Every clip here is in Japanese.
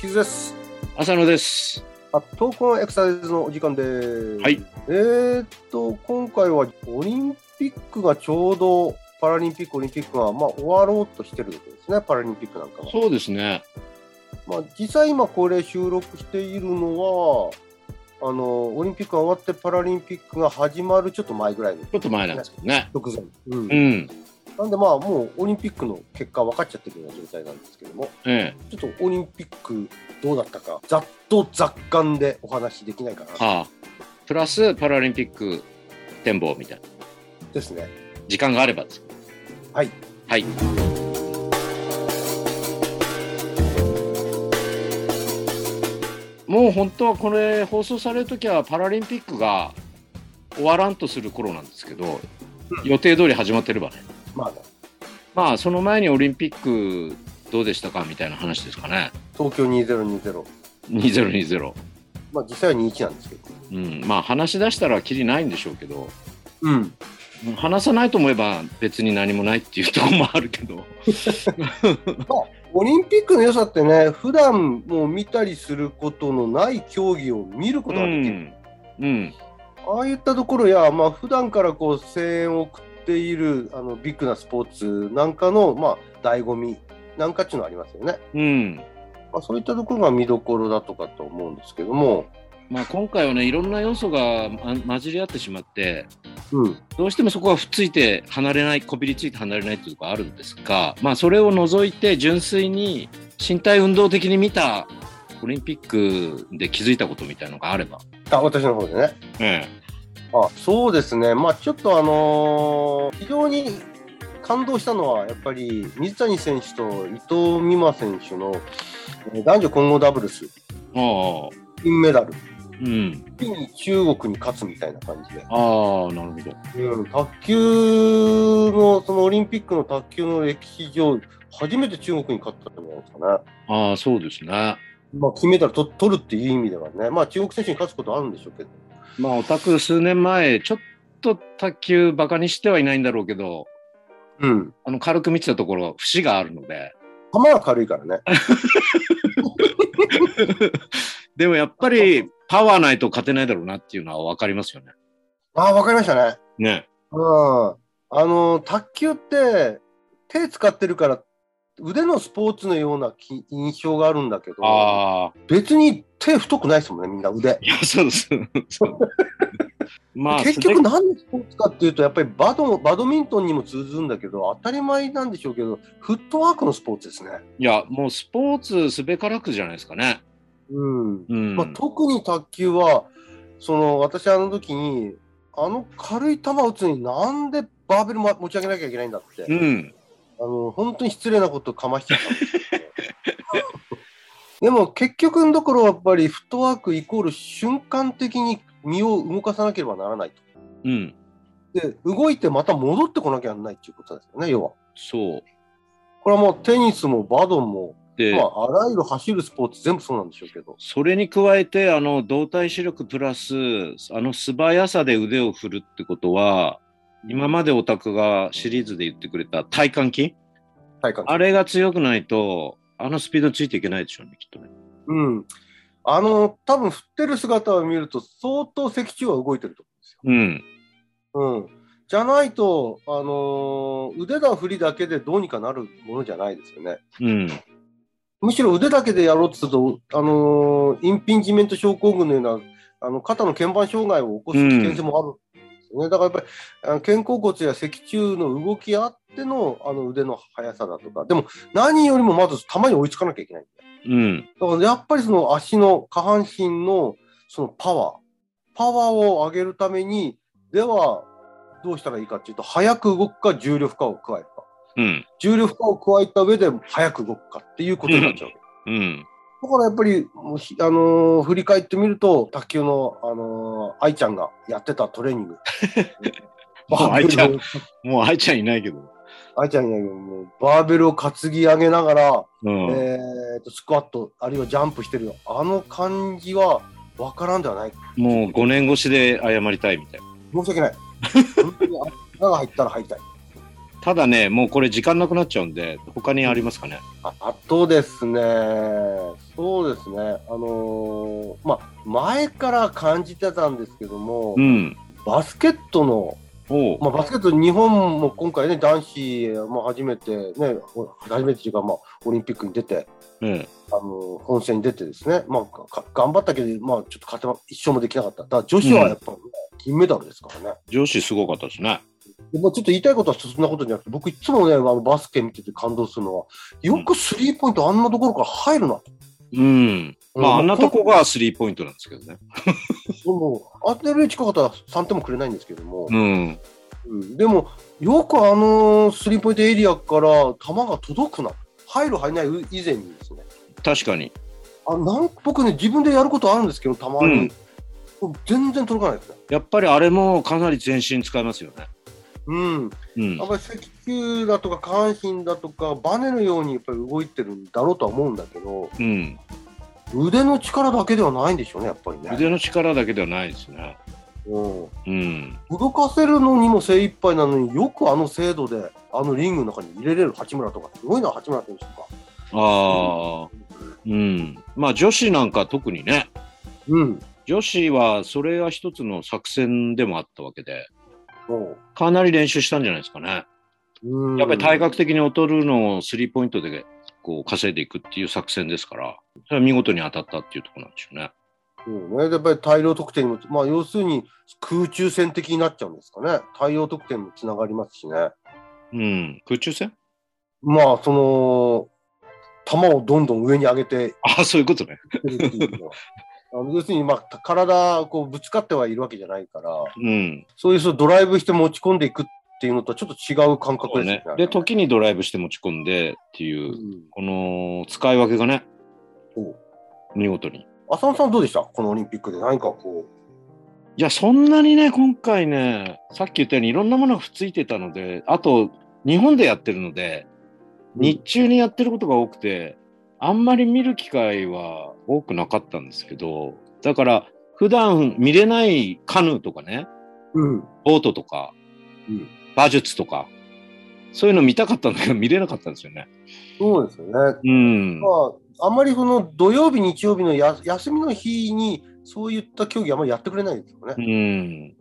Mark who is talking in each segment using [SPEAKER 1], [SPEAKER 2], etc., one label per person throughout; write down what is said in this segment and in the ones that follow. [SPEAKER 1] キズです。
[SPEAKER 2] 浅野です。
[SPEAKER 1] あ、トークンエクササイズのお時間です。
[SPEAKER 2] はい。
[SPEAKER 1] えーっと、今回はオリンピックがちょうど、パラリンピック、オリンピックが、まあ、終わろうとしてるんですね、パラリンピックなんかが。
[SPEAKER 2] そうですね。
[SPEAKER 1] まあ、実際今これ収録しているのは、あの、オリンピックが終わってパラリンピックが始まるちょっと前ぐらいの
[SPEAKER 2] ちょっと前なんですけどね。
[SPEAKER 1] 直前。うん
[SPEAKER 2] うん。
[SPEAKER 1] なんでまあ、もうオリンピックの結果分かっちゃってるような状態なんですけども、
[SPEAKER 2] え
[SPEAKER 1] ちょっとオリンピックどうだったか、ざっと雑感でお話しできないか
[SPEAKER 2] え。
[SPEAKER 1] な
[SPEAKER 2] はあ。プラスパラリンピック展望みたいな。
[SPEAKER 1] ですね。
[SPEAKER 2] 時間があればですけど。
[SPEAKER 1] はい。
[SPEAKER 2] はい。もう本当はこれ放送されるときはパラリンピックが終わらんとする頃なんですけど、予定通り始まってればね。
[SPEAKER 1] まあね、
[SPEAKER 2] まあその前にオリンピックどうでしたかみたいな話ですかね。
[SPEAKER 1] 東京2020、
[SPEAKER 2] 2020。
[SPEAKER 1] まあ、実際は21なんですけど、
[SPEAKER 2] うん、まあ話し出したらきりないんでしょうけど
[SPEAKER 1] うん、
[SPEAKER 2] 話さないと思えば別に何もないっていうところもあるけど
[SPEAKER 1] オリンピックの良さってね、普段もう見たりすることのない競技を見るこ
[SPEAKER 2] う
[SPEAKER 1] とができる、
[SPEAKER 2] ん、うん、
[SPEAKER 1] ああいったところや、まあ普段からこう声援を送っているあのビッグなスポーツなんかの、まあ、醍醐味なんかっていうのはありますよね、
[SPEAKER 2] うん
[SPEAKER 1] まあ、そういったところが見どころだとかと思うんですけども、
[SPEAKER 2] まあ、今回はねいろんな要素がま混じり合ってしまって
[SPEAKER 1] うん、
[SPEAKER 2] どうしてもそこはふっついて離れないこびりついて離れないっていうところあるんですが、まあ、それを除いて純粋に身体運動的に見たオリンピックで気づいたことみたいのがあれば。
[SPEAKER 1] あ私の方でね。
[SPEAKER 2] え
[SPEAKER 1] あそうですね、まあ、ちょっと、あのー非常に感動したのは、やっぱり水谷選手と伊藤美誠選手のえー男女混合ダブルス、
[SPEAKER 2] え、ああ
[SPEAKER 1] 金メダル、
[SPEAKER 2] うん、
[SPEAKER 1] ついに中国に勝つみたいな感じで、
[SPEAKER 2] ああなるほど。
[SPEAKER 1] うん、卓球の、そのオリンピックの卓球の歴史上、初めて中国に勝ったんじゃないですかね。
[SPEAKER 2] ああそうですね。
[SPEAKER 1] まあ、金メダルと取るっていう意味ではね、まあ、中国選手に勝つことあるんでしょうけど、
[SPEAKER 2] まあ、オタク数年前、ちょっと卓球バカにしてはいないんだろうけど、
[SPEAKER 1] うん、
[SPEAKER 2] あの軽く見てたところ、節があるので、
[SPEAKER 1] 球は軽いからね。
[SPEAKER 2] でもやっぱりパワーないと勝てないだろうなっていうのは分かりますよね。
[SPEAKER 1] ああ、わかりましたね。
[SPEAKER 2] ね。
[SPEAKER 1] うんあの卓球って手使ってるから腕のスポーツのようなき印象があるんだけど
[SPEAKER 2] ああ、
[SPEAKER 1] 別に手太くないですもんねみんな腕
[SPEAKER 2] いや、そうです。 そうまあ、
[SPEAKER 1] 結局
[SPEAKER 2] 素手
[SPEAKER 1] 何のスポーツかっていうとやっぱりバドバドミントンにも通ずるんだけど当たり前なんでしょうけどフットワークのスポーツですね、
[SPEAKER 2] いや、もうスポーツすべからくじゃないですかね。
[SPEAKER 1] うん
[SPEAKER 2] うん。
[SPEAKER 1] まあ、特に卓球はその私あの時にあの軽い球打つのになんでバーベルも持ち上げなきゃいけないんだって、
[SPEAKER 2] うん。
[SPEAKER 1] あの本当に失礼なことをかましちゃったんですけどでも結局のところやっぱりフットワークイコール瞬間的に身を動かさなければならないと。
[SPEAKER 2] うん。
[SPEAKER 1] で動いてまた戻ってこなきゃならないっていうことですよね要は。
[SPEAKER 2] そう。
[SPEAKER 1] これはもうテニスもバドンも、
[SPEAKER 2] で、
[SPEAKER 1] まあ、あらゆる走るスポーツ全部そうなんでしょうけど。
[SPEAKER 2] それに加えて、あの、動体視力プラス、あの素早さで腕を振るってことは、今までオタクがシリーズで言ってくれた体幹筋
[SPEAKER 1] 体感
[SPEAKER 2] あれが強くないと、あのスピードについていけないでしょうね、きっとね。
[SPEAKER 1] うん。あの多分振ってる姿を見ると相当脊柱は動いてると思うんですよ。
[SPEAKER 2] うん。
[SPEAKER 1] うん、じゃないと、あのー腕だ振りだけでどうにかなるものじゃないですよね。
[SPEAKER 2] うん。
[SPEAKER 1] むしろ腕だけでやろうとすると、あのーインピンジメント症候群のようなあの肩の腱板障害を起こす危険性もあるんですよね。だからやっぱりあの肩甲骨や脊柱の動きあってのあの腕の速さだとか、でも何よりもまず球に追いつかなきゃいけないんだよ。
[SPEAKER 2] うん。
[SPEAKER 1] だからやっぱりその足の下半身のそのパワー、パワーを上げるために、ではどうしたらいいかっていうと、早く動くか重量負荷を加えるか。
[SPEAKER 2] うん。
[SPEAKER 1] 重量負荷を加えた上で早く動くかっていうことになっちゃう。
[SPEAKER 2] うん。
[SPEAKER 1] だからやっぱり、もうひあのー振り返ってみると、卓球の、あのー愛ちゃん がやってたトレーニング。
[SPEAKER 2] もう愛ちゃん、もう愛ちゃんいないけど。
[SPEAKER 1] 愛ちゃんやけども、バーベルを担ぎ上げながら、
[SPEAKER 2] うん
[SPEAKER 1] えー、とスクワット、あるいはジャンプしてるよ。あの感じはわからんではない。
[SPEAKER 2] もう5年越しで謝りたいみたいな。
[SPEAKER 1] 申し訳 ない。本当に穴が入ったら入りたい。
[SPEAKER 2] ただね、もうこれ時間なくなっちゃうんで、他にありますかね。
[SPEAKER 1] ああとですね、そうですね、あのーまあ、前から感じてたんですけども、
[SPEAKER 2] うん。
[SPEAKER 1] バスケットの、
[SPEAKER 2] おう
[SPEAKER 1] まあ、バスケット、日本も今回ね、男子、まあ、初めて、ね、お初めてというか、まあ、オリンピックに出て、
[SPEAKER 2] うん。
[SPEAKER 1] あのー本戦に出てですね、まあ、かか頑張ったけど、まあ、ちょっと勝てま、一勝もできなかった、だから女子はやっぱりね、金メダルですからね、
[SPEAKER 2] 女子すごかったですね。
[SPEAKER 1] でまあ、ちょっと言いたいことはそんなことじゃなくて、僕、いつもね、あのバスケ見てて感動するのは、よくスリーポイント、あんなところから入るな
[SPEAKER 2] うん。まあ、あんなとこがスリーポイントなんですけどね。
[SPEAKER 1] もう当てる近かったら3点もくれないんですけども、
[SPEAKER 2] うん。
[SPEAKER 1] うんでもよくあのスリーポイントエリアから球が届くな入る入らない以前にですね
[SPEAKER 2] 確かに。
[SPEAKER 1] あなん僕ね自分でやることあるんですけどたまに、全然届かないですね
[SPEAKER 2] やっぱりあれもかなり全身使いますよね。
[SPEAKER 1] うん、
[SPEAKER 2] うん
[SPEAKER 1] やっ。ぱり脊柱だとか下半身だとかバネのようにやっぱり動いてるんだろうとは思うんだけど
[SPEAKER 2] うん。
[SPEAKER 1] 腕の力だけではないんでしょうねやっぱりね
[SPEAKER 2] 腕の力だけではないですね。
[SPEAKER 1] うん
[SPEAKER 2] うん。
[SPEAKER 1] 動かせるのにも精一杯なのによくあの精度であのリングの中に入れれる八村とかすごいな八村選手とか
[SPEAKER 2] ああ。うん。まあ、女子なんか特にね。
[SPEAKER 1] うん
[SPEAKER 2] 女子はそれが一つの作戦でもあったわけで、
[SPEAKER 1] も
[SPEAKER 2] かなり練習したんじゃないですかね。
[SPEAKER 1] ううん
[SPEAKER 2] やっぱり体格的に劣るのをスリーポイントでこう稼いでいくっていう作戦ですから、それは見事に当たったっていうところなんでしょうね。
[SPEAKER 1] そうねやっぱり大量得点にもまあ要するに空中戦的になっちゃうんですかね大量得点もつながりますしね
[SPEAKER 2] うん。空中戦
[SPEAKER 1] まあその球をどんどん上に上げて
[SPEAKER 2] ああ、そういうことね。
[SPEAKER 1] いってるっていう のはあの要するにまあ体こうぶつかってはいるわけじゃないから
[SPEAKER 2] うん。
[SPEAKER 1] そういうそうドライブして持ち込んでいくっていうのとはちょっと違う感覚
[SPEAKER 2] そう
[SPEAKER 1] です
[SPEAKER 2] ね
[SPEAKER 1] ね。
[SPEAKER 2] で、時にドライブして持ち込んでっていうう、
[SPEAKER 1] ん
[SPEAKER 2] この使い分けがね、
[SPEAKER 1] そう
[SPEAKER 2] 見事に。
[SPEAKER 1] 浅野さんどうでしたこのオリンピックで何かこ
[SPEAKER 2] いや、そんなにね、今回ね、さっき言ったようにいろんなものがついてたので、あと、日本でやってるので、
[SPEAKER 1] う
[SPEAKER 2] 日中にやってることが多くて、あんまり見る機会は多くなかったんですけど、だから、普段見れないカヌーとかね、
[SPEAKER 1] うん
[SPEAKER 2] ボートとか、
[SPEAKER 1] うん
[SPEAKER 2] 馬術とか、そういうの見たかったんだけど、見れなかったんですよね。
[SPEAKER 1] そうですよね、
[SPEAKER 2] うん。
[SPEAKER 1] まああんまりその土曜日日曜日のや休みの日にそういった競技あんまりやってくれないですよね、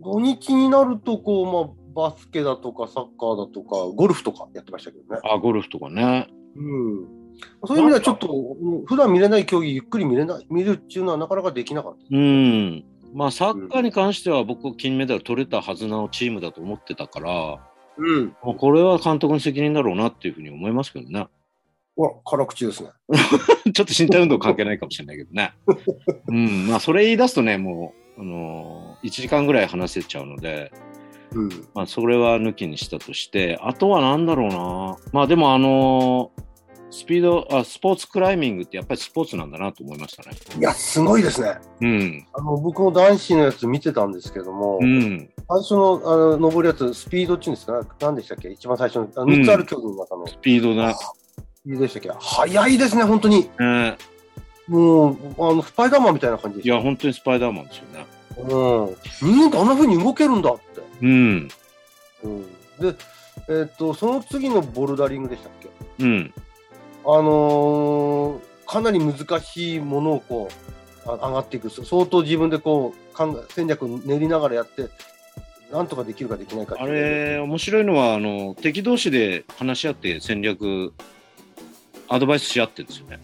[SPEAKER 2] うん。
[SPEAKER 1] 土日になるとこう、まあ、バスケだとかサッカーだとかゴルフとかやってましたけどね、
[SPEAKER 2] あ、ゴルフとかね。
[SPEAKER 1] うん、そういう意味ではちょっとうん普段見れない競技ゆっくり見れない見るっていうのはなかなかできなかった
[SPEAKER 2] うん。まあ、サッカーに関しては僕、金メダル取れたはずのチームだと思ってたから、
[SPEAKER 1] うん
[SPEAKER 2] もうこれは監督の責任だろうなっていうふうに思いますけどね。
[SPEAKER 1] ほら辛口ですね
[SPEAKER 2] ちょっと身体運動関係ないかもしれないけどね。 うん、まあそれ言い出すとね、もう、あのー、1時間ぐらい話せちゃうので、
[SPEAKER 1] うん
[SPEAKER 2] まあそれは抜きにしたとして、あとはなんだろうな。まあでもあのースピードあ、スポーツクライミングってやっぱりスポーツなんだなと思いましたね。
[SPEAKER 1] いやすごいですね
[SPEAKER 2] うん。
[SPEAKER 1] あの僕も男子のやつ見てたんですけども、
[SPEAKER 2] うん。
[SPEAKER 1] 最初のあの登るやつ、スピードっていうんですか、何でしたっけ、一番最初の、あの
[SPEAKER 2] うん
[SPEAKER 1] 3つある競技の中の、ス
[SPEAKER 2] スピードだ。
[SPEAKER 1] ピードでしたっけ、速いですね、本当に、
[SPEAKER 2] ね
[SPEAKER 1] もうあのスパイダーマンみたいな感じで
[SPEAKER 2] い
[SPEAKER 1] した、
[SPEAKER 2] や、本当にスパイダーマンですよね。
[SPEAKER 1] うん、人間ってあんなふうに動けるんだって、
[SPEAKER 2] うん。
[SPEAKER 1] うん、で、えっと、その次のボルダリングでしたっけ、
[SPEAKER 2] うん。
[SPEAKER 1] あのーかなり難しいものをこうあ上がっていく、そ相当自分でこう考え戦略を練りながらやって、なんとかできるかできないかって
[SPEAKER 2] あ
[SPEAKER 1] いう
[SPEAKER 2] れ、面白いのは、あの、敵同士で話し合って戦略、アドバイスし合ってるんですよね。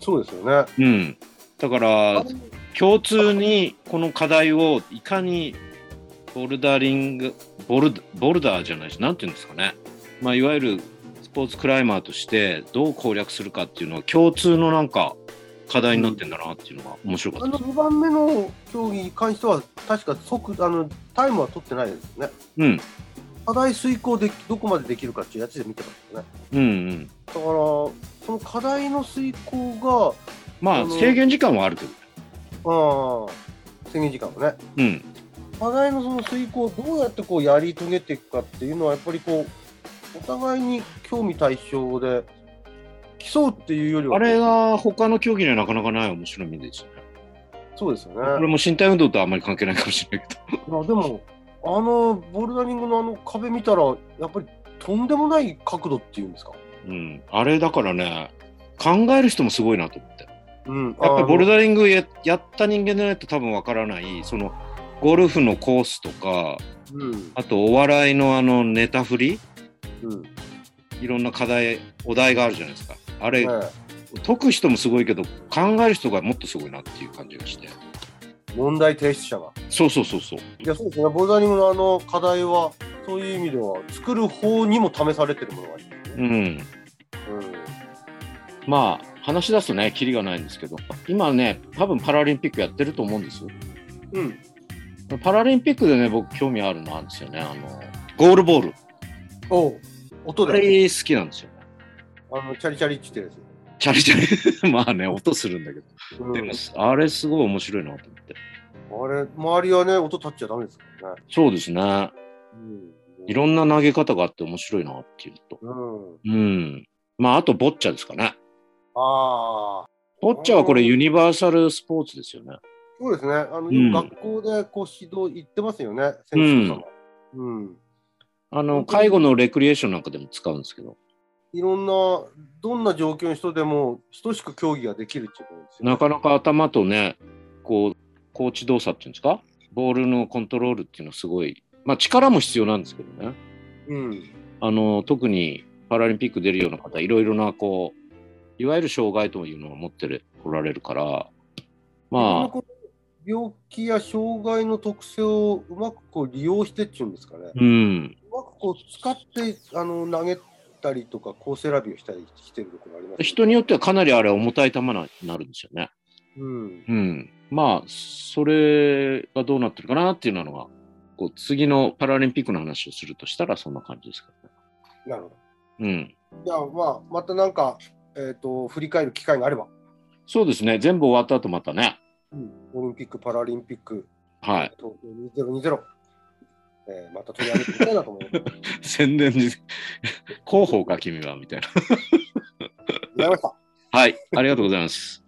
[SPEAKER 1] そうですよね。
[SPEAKER 2] うん。だから、共通にこの課題をいかにボルダリング、ボルボルダーじゃないし、なんていうんですかね。まあ、いわゆるスポーツクライマーとしてどう攻略するかっていうのは共通のなんか課題になってんだなっていうのが面白か
[SPEAKER 1] あ
[SPEAKER 2] っ
[SPEAKER 1] の
[SPEAKER 2] たです。
[SPEAKER 1] 2番目の競技に関しては、確か即あのタイムは取ってないですね。
[SPEAKER 2] うん。
[SPEAKER 1] 課題遂行できどこまでできるかっていうやつで見てますよね。
[SPEAKER 2] うんうん。
[SPEAKER 1] だから、その課題の遂行
[SPEAKER 2] ま
[SPEAKER 1] あ
[SPEAKER 2] あ、
[SPEAKER 1] の
[SPEAKER 2] 制限時間はあるけど。
[SPEAKER 1] が、ああ、制限時間もね、
[SPEAKER 2] うん。
[SPEAKER 1] 課題のその遂行をどうやってこうやり遂げていくかっていうのは、やっぱりこう、お互いに興味対象で競うっていうよりは
[SPEAKER 2] あれが他の競技にはなかなかない面白みですよね。
[SPEAKER 1] そうですよね。
[SPEAKER 2] これも身体運動とはあんまり関係ないかもしれないけど。
[SPEAKER 1] いやでもあのボルダリングのあの壁見たらやっぱりとんでもない角度っていうんですか。
[SPEAKER 2] うん、あれだからね、考える人もすごいなと思って。
[SPEAKER 1] うん。
[SPEAKER 2] やっぱりボル
[SPEAKER 1] リン
[SPEAKER 2] ダリングややった人間でないと多分わからない、そのゴルフのコースとか、
[SPEAKER 1] グ。うん。
[SPEAKER 2] あとお笑いのあのネタ振り、
[SPEAKER 1] うん。
[SPEAKER 2] いろんな課題、お題があるじゃないですか。あ
[SPEAKER 1] え
[SPEAKER 2] れ、解く人もすごいけど、考える人がもっとすごいなっていう感じがして。
[SPEAKER 1] え問題提出者が。
[SPEAKER 2] そうそうそうそう。
[SPEAKER 1] いやそうですね。ボルダリングのあの課題はそういう意味では作る方にも試されてるものがあります
[SPEAKER 2] う
[SPEAKER 1] ね。
[SPEAKER 2] ん。まあ、話し出すとね、キリがないんですけど、今ね、多分パラリンピックやってると思うんですよ。
[SPEAKER 1] うん。うん。
[SPEAKER 2] パラリンピックでね、僕興味あるのあるんですよね。あの、ゴールボール。
[SPEAKER 1] おう音
[SPEAKER 2] あ
[SPEAKER 1] で、
[SPEAKER 2] れ好きなんですよね。
[SPEAKER 1] あのチャリチャリって言ってる
[SPEAKER 2] チャリチャリ。 まあね、音するんだけど。
[SPEAKER 1] やつ。うん
[SPEAKER 2] でも、あれすごい面白いなと思って。
[SPEAKER 1] あれ周りはね音立っちゃダメですからね。
[SPEAKER 2] そうですね。
[SPEAKER 1] うん。
[SPEAKER 2] いろんな投げ方があって面白いなっていうのと。
[SPEAKER 1] うん。
[SPEAKER 2] うん。まあ、あと、ボッチャですかね。
[SPEAKER 1] ああ。
[SPEAKER 2] ボッチャはこれユニバーサルスポーツですよね。
[SPEAKER 1] そうですね。あの、
[SPEAKER 2] うん
[SPEAKER 1] 学校でこう指導行ってますよね、先生とかも。うん。
[SPEAKER 2] あの、介護のレクリエーションなんかでも使うんですけど、
[SPEAKER 1] いろんな、どんな状況の人でも、等しく競技ができるっていうことですよ、ね。
[SPEAKER 2] なかなか頭とね、こう、コーチ動作っていうんですかボールのコントロールっていうのはすごい、まあ力も必要なんですけどね。
[SPEAKER 1] うん。
[SPEAKER 2] あの、特にパラリンピック出るような方、いろいろな、こう、いわゆる障害というのを持っておられるから、まあ、
[SPEAKER 1] あ。病気や障害の特性をうまくこう利用してっていうんですかね。う
[SPEAKER 2] うん、
[SPEAKER 1] まくこう使って、あの、投げたりとか、コース選びをしたりしてるところがあります、
[SPEAKER 2] 人によってはかなりあれ重たい球になるんですよね。
[SPEAKER 1] うん。
[SPEAKER 2] うん。まあ、それがどうなってるかなっていうのが、こう、次のパラリンピックの話をするとしたら、そんな感じですか
[SPEAKER 1] なるほど。
[SPEAKER 2] ね。うん。
[SPEAKER 1] じゃあ、まあ、またなんか、えっ、と、振り返る機会があれば、
[SPEAKER 2] そうですね。全部終わった後またね。
[SPEAKER 1] うん、オリンピック・パラリンピック、
[SPEAKER 2] はい。
[SPEAKER 1] 東京2020、えー、また取り上げていきたいなと思います。
[SPEAKER 2] 宣伝に、広報か君は、みたいな。
[SPEAKER 1] ございました。
[SPEAKER 2] はい。ありがとうございます。